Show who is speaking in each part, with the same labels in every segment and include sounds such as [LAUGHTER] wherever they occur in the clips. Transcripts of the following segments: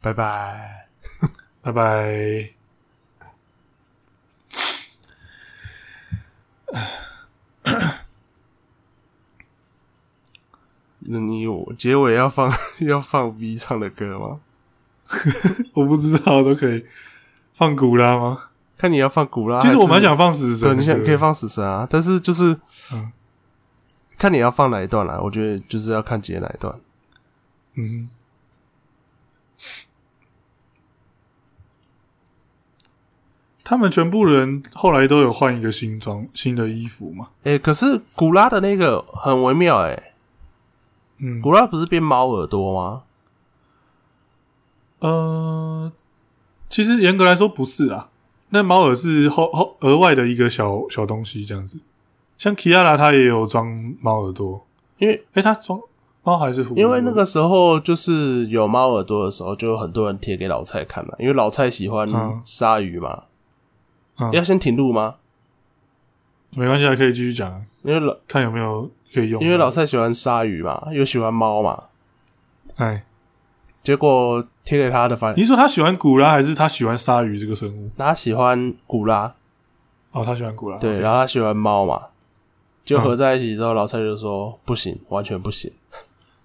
Speaker 1: 拜拜。 [LAUGHS]
Speaker 2: 拜拜。那你有结尾要放 [LAUGHS] 要放 V 唱的歌吗？
Speaker 1: 我不知道都可以放古拉吗？
Speaker 2: 看你要放古拉还
Speaker 1: 其
Speaker 2: 是，
Speaker 1: 实我蛮想放死神
Speaker 2: 对，
Speaker 1: 的，
Speaker 2: 你想可以放死神啊，但是就是，
Speaker 1: 嗯
Speaker 2: 看你要放哪一段啦、我觉得就是要看姐哪一段。
Speaker 1: 嗯。他们全部人后来都有换一个新装、新的衣服嘛？
Speaker 2: 哎、可是古拉的那个很微妙哎、
Speaker 1: 嗯，
Speaker 2: 古拉不是变猫耳朵吗？
Speaker 1: 呃，其实严格来说不是啦，那猫耳是后后额外的一个小小东西这样子。像 Kiara 她也有装猫耳朵，
Speaker 2: 因为
Speaker 1: 诶、她装猫还是狐狸？
Speaker 2: 因为那个时候就是有猫耳朵的时候，就有很多人贴给老蔡看嘛，因为老蔡喜欢
Speaker 1: 嗯
Speaker 2: 鲨鱼嘛。
Speaker 1: 嗯
Speaker 2: 要先停录吗？
Speaker 1: 没关系，还可以继续讲啊，
Speaker 2: 因为老
Speaker 1: 看有没有可以用到。
Speaker 2: 因为老蔡喜欢鲨鱼嘛，又喜欢猫嘛，
Speaker 1: 哎，
Speaker 2: 结果贴给他的反
Speaker 1: 你是说他喜欢古拉，还是他喜欢鲨鱼这个生物？
Speaker 2: 他喜欢古拉，
Speaker 1: 哦，他喜欢古拉。
Speaker 2: 对，然后他喜欢猫嘛，就合在一起之后，老蔡就说不行，完全不行。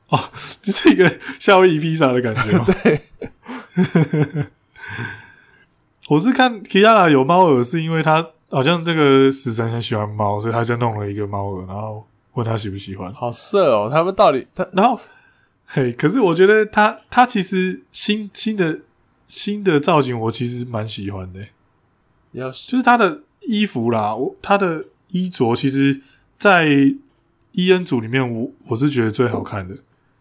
Speaker 1: [LAUGHS] 这是一个夏威夷披萨的感觉吗？对， [LAUGHS] 我是看 Kiara 有猫耳，是因为他好像这个死神很喜欢猫，所以他就弄了一个猫耳，然后问他喜不喜欢。
Speaker 2: 好色哦，他们到底他
Speaker 1: 然后，嘿，可是我觉得他他其实新新的新的造型，我其实蛮喜欢的、
Speaker 2: 要
Speaker 1: 就是他的衣服啦，我他的衣着其实，在伊恩组里面我，我是觉得最好看的，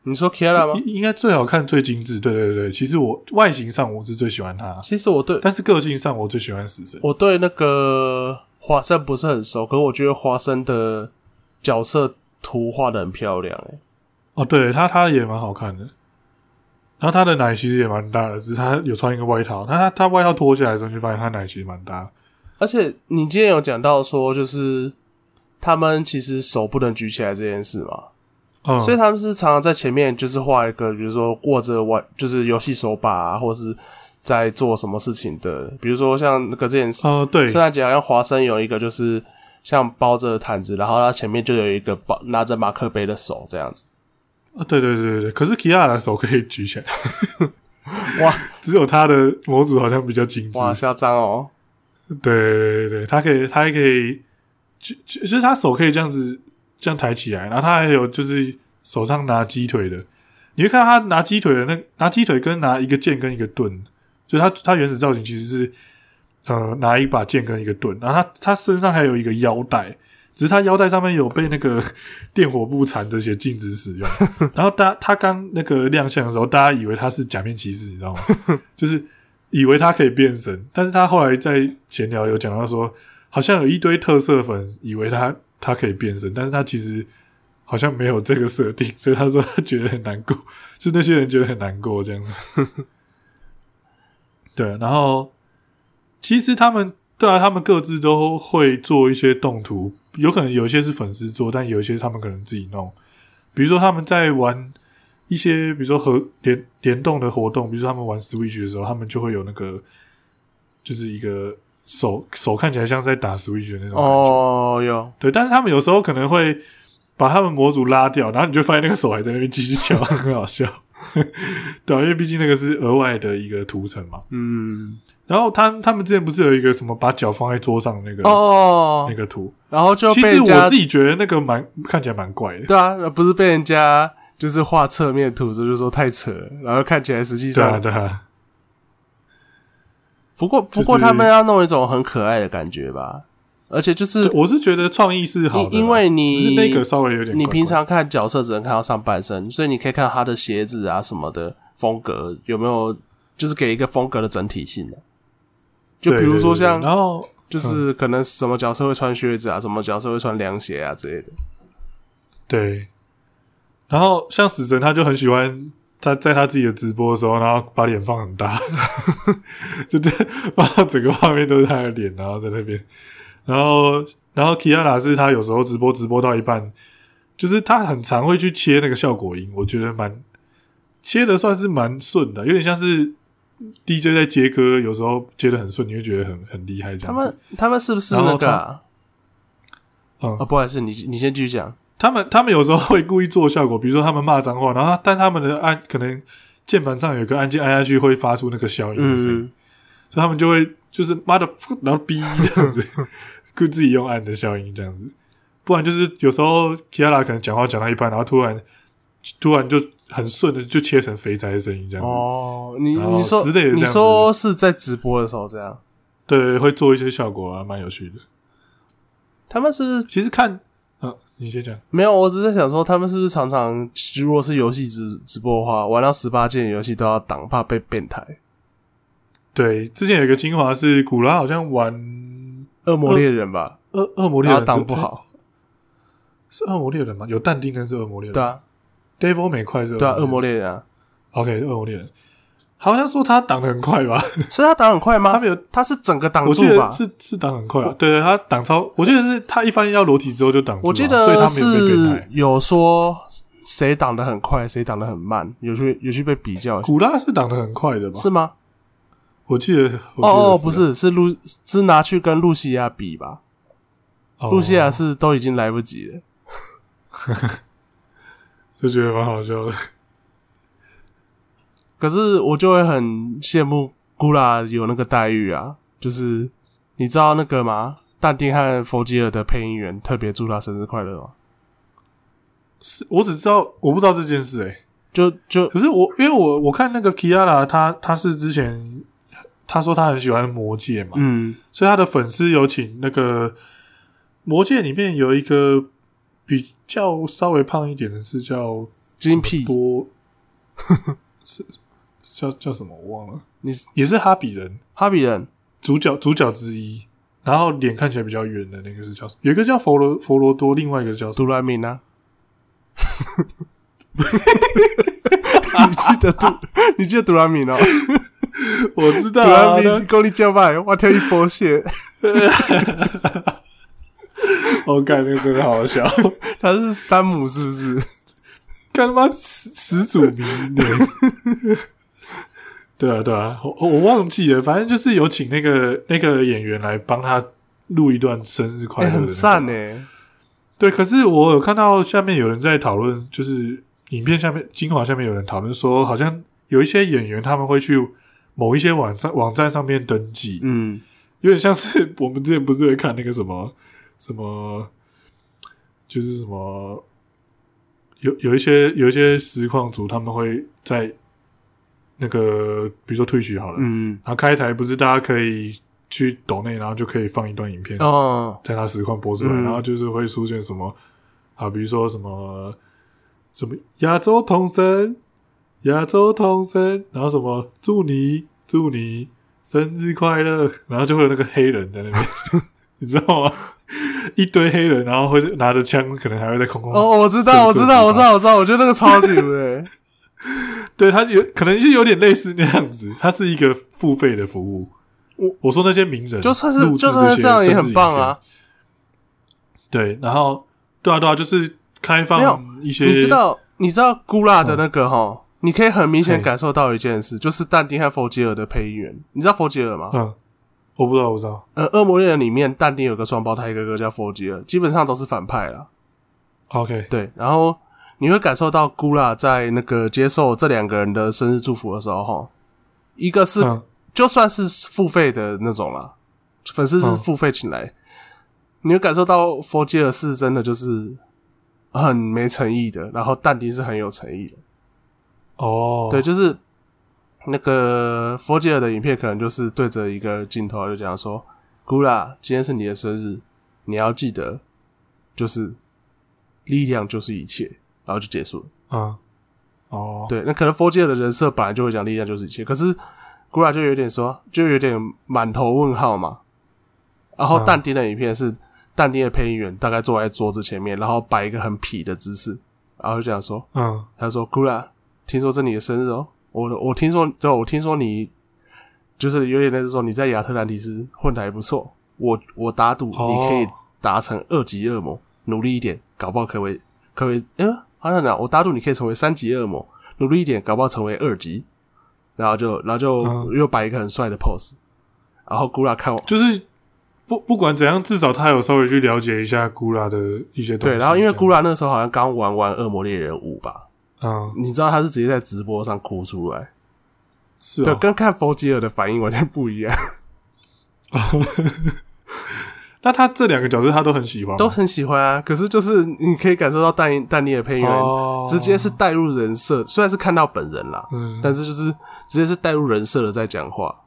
Speaker 2: 你说 Kira
Speaker 1: [LAUGHS]
Speaker 2: 吗？
Speaker 1: 应应该最好看、最精致。对对对，其实我外形上我是最喜欢他，
Speaker 2: 其实我对
Speaker 1: 但是个性上我最喜欢死神。
Speaker 2: 我对那个华生不是很熟，可我觉得华生的角色图画的很漂亮、欸，
Speaker 1: 哦，对他他也蛮好看的，然后他的奶其实也蛮大的，只是他有穿一个外套，他他他外套脱下来的时候，就发现他奶其实蛮大的。
Speaker 2: 而且你今天有讲到说，就是他们其实手不能举起来这件事嘛，
Speaker 1: 嗯，
Speaker 2: 所以他们是常常在前面就是画一个，比如说握着玩就是游戏手把、啊，或是在做什么事情的，比如说像那个之前
Speaker 1: 呃，对，
Speaker 2: 圣诞节好像华生有一个就是像包着毯子，然后他前面就有一个包拿着马克杯的手这样子，
Speaker 1: 啊，对对对对对，可是 Kiara 的手可以举起来，
Speaker 2: 哇
Speaker 1: [LAUGHS] 只有他的模组好像比较精致。
Speaker 2: 哇嚣张哦，
Speaker 1: 对对对对，他可以，他还可以，就就就是他手可以这样子这样抬起来，然后他还有就是手上拿鸡腿的，你会看到他拿鸡腿的那拿鸡腿跟拿一个剑跟一个盾，就他他原始造型其实是呃拿一把剑跟一个盾，然后他他身上还有一个腰带。只是他腰带上面有被那个 [LAUGHS] 电火布缠着，写禁止使用。 [LAUGHS] 然后大他刚那个亮相的时候，大家以为他是假面骑士，你知道吗？ [LAUGHS] 就是以为他可以变身，但是他后来在闲聊有讲到说，好像有一堆特色粉以为他他可以变身，但是他其实好像没有这个设定， [LAUGHS] 所以他说他觉得很难过， [LAUGHS] 是那些人觉得很难过这样子。 [LAUGHS] 对，然后其实他们对啊，他们各自都会做一些动图，有可能有一些是粉丝做，但有一些他们可能自己弄。比如说他们在玩一些，比如说和联联动的活动，比如说他们玩 Switch 的时候，他们就会有那个，就是一个手手看起来像是在打 Switch 的那种感觉。
Speaker 2: 哦哟，
Speaker 1: 对，但是他们有时候可能会把他们模组拉掉，然后你就发现那个手还在那边继续敲， [LAUGHS] 很好笑。对啊、因为毕竟那个是额外的一个图层嘛。
Speaker 2: 嗯，
Speaker 1: 然后他他们之前不是有一个什么把脚放在桌上的那个、
Speaker 2: 哦
Speaker 1: 那，个图？
Speaker 2: 然后就
Speaker 1: 其
Speaker 2: 被
Speaker 1: 实
Speaker 2: 人
Speaker 1: 我
Speaker 2: 家
Speaker 1: 自己觉得那个蛮看起来蛮怪的。
Speaker 2: 对啊，不是被人家就是画侧面图，这就说太扯了，然后看起来实际
Speaker 1: 对啊，
Speaker 2: 上，
Speaker 1: 对啊，
Speaker 2: 不过不
Speaker 1: 是
Speaker 2: 过他们要弄一种很可爱的感觉吧，而且就是
Speaker 1: 对我是觉得创意是好的啦，
Speaker 2: 因因为你
Speaker 1: 只是那个稍微有点
Speaker 2: 你
Speaker 1: 怪怪
Speaker 2: 平常看角色只能看到上半身，所以你可以看到他的鞋子啊什么的风格有没有，就是给一个风格的整体性的。就
Speaker 1: 对
Speaker 2: 比如
Speaker 1: 对
Speaker 2: 说
Speaker 1: 对
Speaker 2: 像，
Speaker 1: 然后嗯
Speaker 2: 就是可能什么角色会穿靴子啊，什么角色会穿凉鞋啊之类的。
Speaker 1: 对，然后像死神他就很喜欢在在他自己的直播的时候，然后把脸放很大， [LAUGHS] 就这放到整个画面都是他的脸，然后在那边，然后然后 Kiara 是他有时候直播直播到一半，就是他很常会去切那个效果音，我觉得蛮切的算是蛮顺的，有点像是 DJ 在接歌，有时候接的很顺，你会觉得很很厉害这
Speaker 2: 他
Speaker 1: 样子。
Speaker 2: 们他们是不是那个、啊？
Speaker 1: 嗯
Speaker 2: 哦，不好意思，你你先继续讲。
Speaker 1: 他们他们有时候会故意做效果，比如说他们骂脏话，然后他但他们的按可能键盘上有一个按键按下去会发出那个消音的声音，
Speaker 2: 嗯，
Speaker 1: 所以他们就会就是妈的，然后逼 [LAUGHS] 这样子，顾自己用按的消音这样子。不然就是有时候 Kiara 可能讲话讲到一半，然后突然突然就很顺的就切成肥宅的声音这样子。
Speaker 2: 哦，你
Speaker 1: 然后
Speaker 2: 你说
Speaker 1: 之类的这样
Speaker 2: 你
Speaker 1: 子
Speaker 2: 说是在直播的时候这样？
Speaker 1: 对，会做一些效果啊，蛮有趣的。
Speaker 2: 他们是不是
Speaker 1: 其实看，嗯，你先讲。
Speaker 2: 没有？我只是想说，他们是不是常常如果是游戏直直播的话，玩到十八禁的游戏都要挡，怕被变态。
Speaker 1: 对，之前有一个精华是古拉好像玩
Speaker 2: 恶魔猎人吧，
Speaker 1: 恶恶魔猎
Speaker 2: 然
Speaker 1: 人
Speaker 2: 后挡不，好。
Speaker 1: 是恶魔猎人吗？有淡定跟是恶魔猎人，
Speaker 2: 对啊，
Speaker 1: ，Devil 美快是
Speaker 2: 对啊，恶魔
Speaker 1: 猎
Speaker 2: 猎人啊，
Speaker 1: ，OK，恶魔猎人，好像说他挡的很快吧？
Speaker 2: 是他挡很快吗？
Speaker 1: 他没有，
Speaker 2: [LAUGHS] 他是整个挡
Speaker 1: 我
Speaker 2: 住
Speaker 1: 记
Speaker 2: 吧
Speaker 1: 得？是是挡很快啊，对对，他挡超，我记得是他一翻到裸体之后就挡住了，啊
Speaker 2: 我记
Speaker 1: 所以
Speaker 2: 得
Speaker 1: 他没有被变
Speaker 2: 是
Speaker 1: 态。
Speaker 2: 有说谁挡得很快，谁挡得很慢，有去有去被比较，
Speaker 1: 古拉是挡的很快的吧？
Speaker 2: 是吗？
Speaker 1: 我记得，我记得
Speaker 2: 哦哦，
Speaker 1: 啊
Speaker 2: 不，是，是露是拿去跟露西亚比吧？
Speaker 1: 哦
Speaker 2: 露西亚是都已经来不及了。
Speaker 1: 就觉得蛮好笑的。
Speaker 2: 可是我就会很羡慕古拉有那个待遇啊，就是你知道那个吗？但丁和弗吉尔的配音员特别祝他生日快乐吗？
Speaker 1: 是我只知道，我不知道这件事哎、欸
Speaker 2: 就就
Speaker 1: 可是我因为我我看那个 Kiara，她她是之前她说她很喜欢《魔戒》嘛，
Speaker 2: 嗯，
Speaker 1: 所以她的粉丝有请那个《魔戒》里面有一个比较稍微胖一点的，是叫
Speaker 2: 精辟，
Speaker 1: 多， [LAUGHS] 是叫叫什么我忘了，
Speaker 2: 你
Speaker 1: 也是哈比人
Speaker 2: 哈比人
Speaker 1: 主角主角之一，然后脸看起来比较圆的那个是叫什么？有一个叫佛罗佛罗多，另外一个叫什
Speaker 2: 杜
Speaker 1: 么？
Speaker 2: 莱明啊。你记得杜？你记得杜莱明哦？
Speaker 1: 我知道
Speaker 2: 杜
Speaker 1: 啊
Speaker 2: 莱，明跟你叫卖，我跳一波线，
Speaker 1: 我感觉真的好笑。
Speaker 2: 他是山姆是不是？
Speaker 1: 干他妈始始祖迷呢？ [LAUGHS] 对啊，对啊，我我忘记了，反正就是有请那个那个演员来帮他录一段生日快
Speaker 2: 哎、
Speaker 1: 乐、
Speaker 2: 很赞欸
Speaker 1: 呢、
Speaker 2: 呢、
Speaker 1: 对，可是我有看到下面有人在讨论，就是影片下面精华下面有人讨论说，好像有一些演员他们会去某一些网站网站上面登记，
Speaker 2: 嗯，
Speaker 1: 有点像是我们之前不是会看那个什么什么，就是什么有有一些有一些实况组他们会在那个比如说退学好了，
Speaker 2: 嗯，
Speaker 1: 然后开台不是大家可以去抖内，然后就可以放一段影片，
Speaker 2: 哦，
Speaker 1: 在他实况播出来，
Speaker 2: 嗯
Speaker 1: 然后就是会出现什么啊，比如说什么什么亚洲童声，亚洲童声，然后什么祝你祝你生日快乐，然后就会有那个黑人在那边，
Speaker 2: [LAUGHS]
Speaker 1: 你知道吗？一堆黑人，然后会拿着枪，可能还会在空中
Speaker 2: 哦，我知
Speaker 1: 射
Speaker 2: 道，我知道，我知，
Speaker 1: 射
Speaker 2: 道，我知道，我觉得那个超屌的、
Speaker 1: 击对他有可能就有点类似那样子，它是一个付费的服务。
Speaker 2: 我
Speaker 1: 我说那些名人
Speaker 2: 就算是
Speaker 1: 录制
Speaker 2: 就算
Speaker 1: 些
Speaker 2: 是这样也
Speaker 1: 生日
Speaker 2: 很棒
Speaker 1: 影片
Speaker 2: 啊！。
Speaker 1: 对，然后对啊对啊，就是开
Speaker 2: 没有
Speaker 1: 放一些，
Speaker 2: 你知道，你知道古拉的那个哈，你可以很明显感受到一件事，就是但丁和佛吉尔的配音员。你知道佛吉尔吗？
Speaker 1: 嗯，我不知道，我不知道
Speaker 2: 呃，恶魔猎人里面但丁有个双胞胎哥哥叫佛吉尔，基本上都是反派啦。
Speaker 1: ，OK，
Speaker 2: 对，然后你会感受到古拉在那个接受这两个人的生日祝福的时候，哈，一个是
Speaker 1: 嗯
Speaker 2: 就算是付费的那种啦，粉丝是
Speaker 1: 嗯
Speaker 2: 付费请来，你会感受到佛吉尔是真的就是很没诚意的，然后但丁是很有诚意的。
Speaker 1: 哦，
Speaker 2: 对，就是那个佛吉尔的影片，可能就是对着一个镜头就讲说：“古拉，今天是你的生日，你要记得，就是力量就是一切。”然后就结束了。
Speaker 1: 嗯，哦，
Speaker 2: 对，那可能佛吉尔的人设本来就会讲力量就是一切，可是古拉就有点说，就有点满头问号嘛。然后
Speaker 1: 嗯
Speaker 2: 但丁的影片是但丁的配音员大概坐在桌子前面，然后摆一个很痞的姿势，然后就讲说：“
Speaker 1: 嗯，
Speaker 2: 他说：“古拉，听说这是你的生日哦，我我听说，对，啊我听说你就是有点类似说你在亚特兰蒂斯混的还不错，我我打赌
Speaker 1: 哦
Speaker 2: 你可以达成二级恶魔，努力一点，搞不好可为嗯可为，哎、好像讲我打赌你可以成为三级恶魔，努力一点，搞不好成为二级。然后就然后就又摆一个很帅的 pose，然后古拉看我
Speaker 1: 就是不不管怎样，至少他有稍微去了解一下古拉的一些东西。
Speaker 2: 对，然后因为古
Speaker 1: 拉，
Speaker 2: 拉那时候好像刚玩完《恶魔猎人五》吧，
Speaker 1: 嗯，
Speaker 2: 你知道他是直接在直播上哭出来，
Speaker 1: 是
Speaker 2: 对，
Speaker 1: 啊，
Speaker 2: 跟看佛吉尔的反应完全不一样，
Speaker 1: 那他这两个角色他都很喜欢吗，
Speaker 2: 都很喜欢啊。可是就是你可以感受到但但尼的配音员、
Speaker 1: 哦
Speaker 2: 直接是带入人设，虽然是看到本人啦，
Speaker 1: 嗯，
Speaker 2: 但是就是直接是带入人设的在讲话。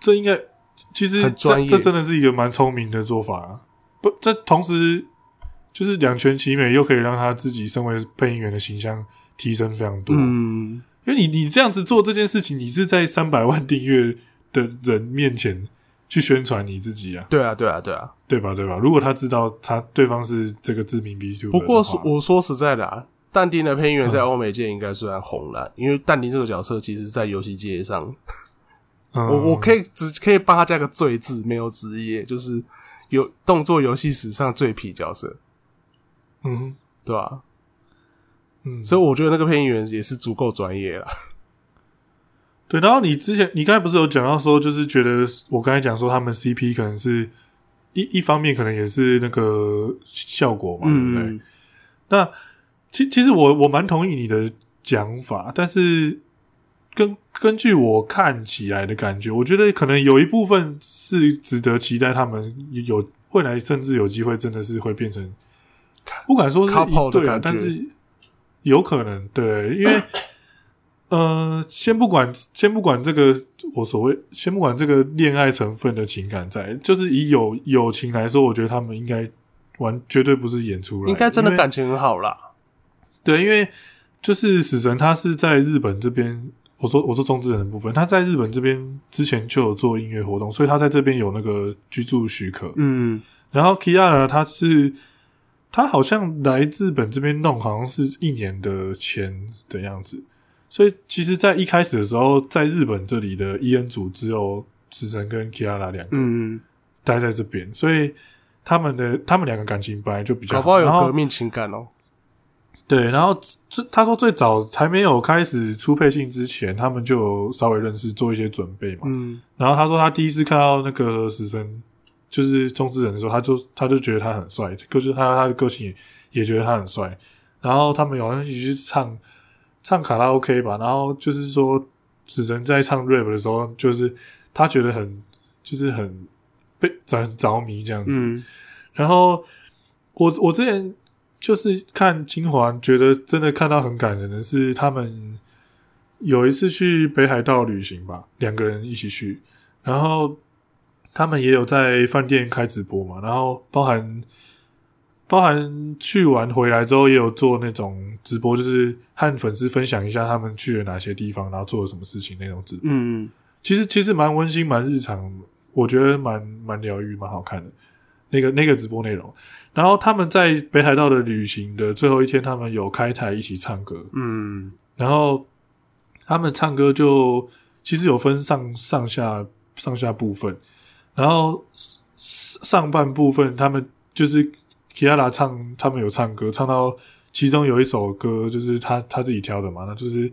Speaker 1: 这应该其实
Speaker 2: 很专
Speaker 1: 这
Speaker 2: 业
Speaker 1: 这真的是一个蛮聪明的做法、啊。不，这同时就是两全其美，又可以让他自己身为配音员的形象提升非常多。
Speaker 2: 嗯，
Speaker 1: 因为你你这样子做这件事情，你是在三百万订阅的人面前去宣传你自己啊，
Speaker 2: 对啊，对啊，对啊。
Speaker 1: 对吧？对吧？如果他知道他对方是这个知名 B two，
Speaker 2: 不过说我说实在的、啊，但丁的配音员在欧美界应该算红了，因为但丁这个角色其实在游戏界上我我可
Speaker 1: 以
Speaker 2: 以只可以帮他加个“最”字，没有职业，就是有动作游戏史上最痞角色，
Speaker 1: 嗯
Speaker 2: 对吧、
Speaker 1: 嗯，
Speaker 2: 所以我觉得那个配音员也是足够专业了。
Speaker 1: 对，然后你之前你刚才不是有讲到说，就是觉得我刚才讲说他们 CP 可能是一一方面，可能也是那个效果嘛，对
Speaker 2: 嗯
Speaker 1: 不对？，那其其实我我蛮同意你的讲法，但是根根据我看起来的感觉，我觉得可能有一部分是值得期待，他们有有未来甚至有机会真的是会变成，不敢说是
Speaker 2: Couple
Speaker 1: 一对
Speaker 2: 的
Speaker 1: 啊
Speaker 2: 感，
Speaker 1: 但
Speaker 2: 觉
Speaker 1: 是有可能对，
Speaker 2: [LAUGHS]
Speaker 1: 因为呃，先不管先不管这个我所谓先不管这个恋爱成分的情感在，就是以友友情来说，我觉得他们应该。完绝对不是演出来，
Speaker 2: 嗯应该真
Speaker 1: 因
Speaker 2: 的
Speaker 1: 为
Speaker 2: 感情很好啦。
Speaker 1: 对，因为就是死神他是在日本这边，我说我说中之人的部分，他在日本这边之前就有做音乐活动，所以他在这边有那个居住许可。
Speaker 2: 嗯，
Speaker 1: 然后 Kia 呢，他是他好像来日本这边弄，好像是一年的钱的样子。所以其实，在一开始的时候，在日本这里的 EN 组只有死神跟 Kia 两个
Speaker 2: 嗯，
Speaker 1: 待在这边，所以他们的他们两个感情本来就比较好，
Speaker 2: 搞不好有
Speaker 1: 然后
Speaker 2: 革命情感哦。
Speaker 1: 对，然后最他说最早还没有开始出配信之前，他们就有稍微认识，做一些准备嘛。
Speaker 2: 嗯，
Speaker 1: 然后他说他第一次看到那个死神，就是中之人的时候，他就他就觉得他很帅，就是他他的个性也也觉得他很帅。然后他们有一起去唱唱卡拉 OK 吧，然后就是说死神在唱 rap 的时候，就是他觉得很就是很被很着迷这样子。
Speaker 2: 嗯，
Speaker 1: 然后我我之前就是看金华，觉得真的看到很感人的是，他们有一次去北海道旅行吧，两个人一起去，然后他们也有在饭店开直播嘛，然后包含包含去完回来之后，也有做那种直播，就是和粉丝分享一下他们去了哪些地方，然后做了什么事情那种直播。
Speaker 2: 嗯，其
Speaker 1: 其实其实蛮温馨、蛮日常，我觉得蛮蛮疗愈、蛮好看的那个那个直播内容。然后他们在北海道的旅行的最后一天，他们有开台一起唱歌，
Speaker 2: 嗯，
Speaker 1: 然后他们唱歌就其实有分上上下上下部分，然后上上半部分他们就是 Kiara 唱，他们有唱歌，唱到其中有一首歌就是他他自己挑的嘛，那就是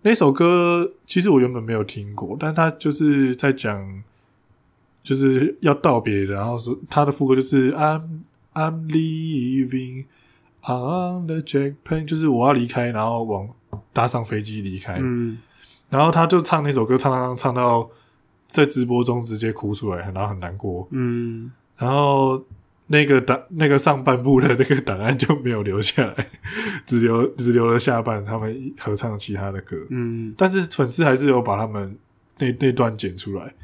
Speaker 1: 那首歌其实我原本没有听过，但他就是在讲就是要道别的，然后说他的副歌就是 I'm I'm leaving on the jet plane，就是我要离开，然后往搭上飞机离开，
Speaker 2: 嗯，
Speaker 1: 然后他就唱那首歌，唱唱唱到在直播中直接哭出来，然后很难过，
Speaker 2: 嗯，
Speaker 1: 然后那个档那个上半部的那个档案就没有留下来，只留只留了下半他们合唱其他的歌，
Speaker 2: 嗯，
Speaker 1: 但是粉丝还是有把他们那那段剪出来，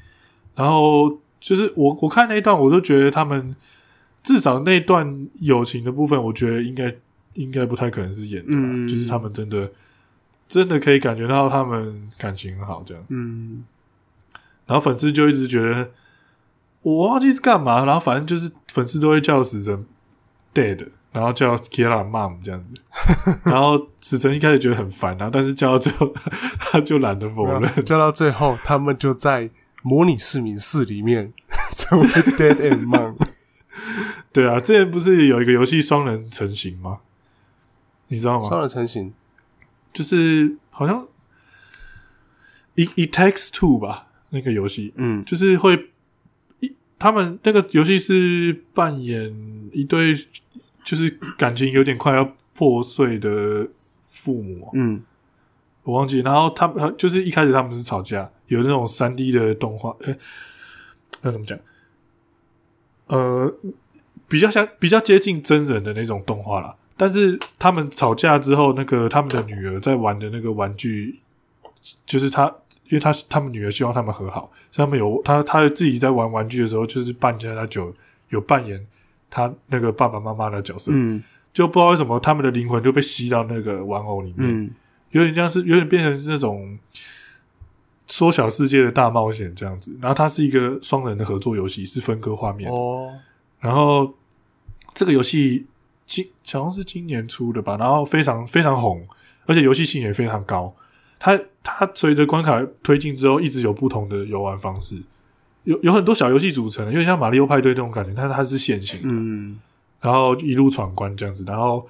Speaker 1: 然后就是我我看那一段，我都觉得他们至少那段友情的部分，我觉得应该应该不太可能是演的啦、
Speaker 2: 嗯
Speaker 1: 就是他们真的真的可以感觉到他们感情很好这样，
Speaker 2: 嗯，
Speaker 1: 然后粉丝就一直觉得我忘记是干嘛，然后反正就是粉丝都会叫死神 dead，然后叫 Kira mom 这样子， [LAUGHS] 然后死神一开始觉得很烦啊，但是叫到最后 [LAUGHS] 他就懒得否认，
Speaker 2: 就到最后，他们就在模拟市民四里面 [LAUGHS] 成为 Dead and Mom。 [LAUGHS]
Speaker 1: 对啊，之前不是有一个游戏双人成型吗？你知道吗？
Speaker 2: 双人成型，
Speaker 1: 就是好像 It It Takes Two 吧，那个游戏
Speaker 2: 嗯
Speaker 1: 就是会一他们那个游戏是扮演一对就是感情有点快要破碎的父母哦，
Speaker 2: 嗯
Speaker 1: 我忘记。然后他们就是一开始他们是吵架，有那种三 D 的动画，呃，那怎么讲？呃，比较像比较接近真人的那种动画啦。但是他们吵架之后，那个他们的女儿在玩的那个玩具，就是他，因为他他们女儿希望他们和好，所以他们有他他自己在玩玩具的时候，就是扮家家酒，有扮演他那个爸爸妈妈的角色，
Speaker 2: 嗯
Speaker 1: 就不知道为什么他们的灵魂就被吸到那个玩偶里面，
Speaker 2: 嗯
Speaker 1: 有点像是有点变成那种缩小世界的大冒险这样子。然后它是一个双人的合作游戏，是分割画面。
Speaker 2: 哦
Speaker 1: 然后这个游戏今好像是今年出的吧，然后非常非常红，而且游戏性也非常高。它它随着关卡推进之后，一直有不同的游玩方式，有有很多小游戏组成的，有点像马里奥派对那种感觉，但是它是线性的。
Speaker 2: 嗯
Speaker 1: 然后一路闯关这样子，然后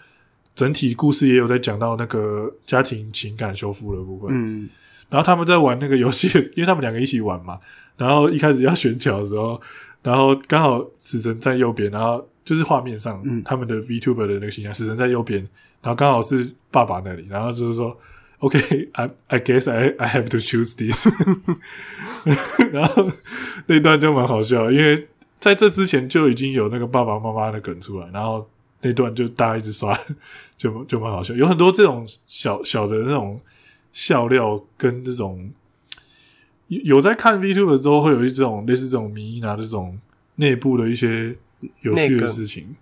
Speaker 1: 整体故事也有在讲到那个家庭情感修复的部分。
Speaker 2: 嗯
Speaker 1: 然后他们在玩那个游戏， [LAUGHS] 因为他们两个一起玩嘛，然后一开始要选角的时候，然后刚好死神在右边，然后就是画面上、
Speaker 2: 嗯
Speaker 1: 他们的 VTuber 的那个形象，死神在右边，然后刚好是爸爸那里，然后就是说。OK，I、I guess I I have to choose this 。 [LAUGHS] 然后那一段就蛮好笑的，因为在这之前就已经有那个爸爸妈妈的梗出来，然后那段就大家一直刷， [LAUGHS] 就就蛮好笑。有很多这种小小的那种笑料跟这种有有在看 VTube 之后，会有一种类似这种迷因啊这种内部的一些有趣
Speaker 2: 内
Speaker 1: 的
Speaker 2: 梗
Speaker 1: 事情。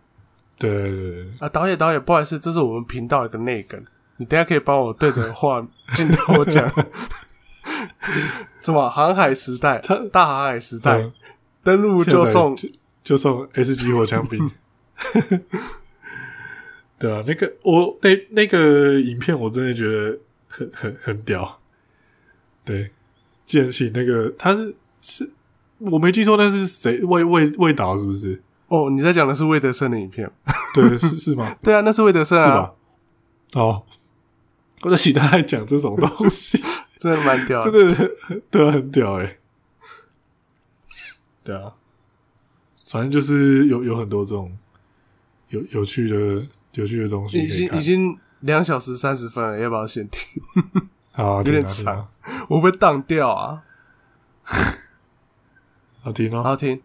Speaker 1: 对对对对，
Speaker 2: 啊，导演导演，不好意思，这是我们频道的一个内梗，你等一下可以帮我对着画镜头讲， [LAUGHS] 怎么航海时代
Speaker 1: 他，
Speaker 2: 大航海时代
Speaker 1: 嗯，
Speaker 2: 登陆就送
Speaker 1: 就就送 S 级火枪兵。 [LAUGHS] 对啊，那个我那那个影片我真的觉得很很很屌。对，建起那个他是是我没记错，那是谁魏魏魏导是不是？
Speaker 2: 哦，你在讲的是魏德胜的影片，
Speaker 1: 对，是是吗？
Speaker 2: [LAUGHS] 对啊，那是魏德胜
Speaker 1: 是
Speaker 2: 啊
Speaker 1: 吧，？哦，我在喜他还讲这种东西，
Speaker 2: 真的蛮屌的
Speaker 1: 真，的很对啊，很屌哎、
Speaker 2: [LAUGHS]
Speaker 1: 对啊，反正就是有有很多这种有有趣的有趣的东西可
Speaker 2: 已
Speaker 1: 以
Speaker 2: 经
Speaker 1: 看，
Speaker 2: 已经两小时三十分了，要不要先停？
Speaker 1: 啊，有
Speaker 2: 点长我会不会当掉啊？
Speaker 1: 好听哦。
Speaker 2: 好停。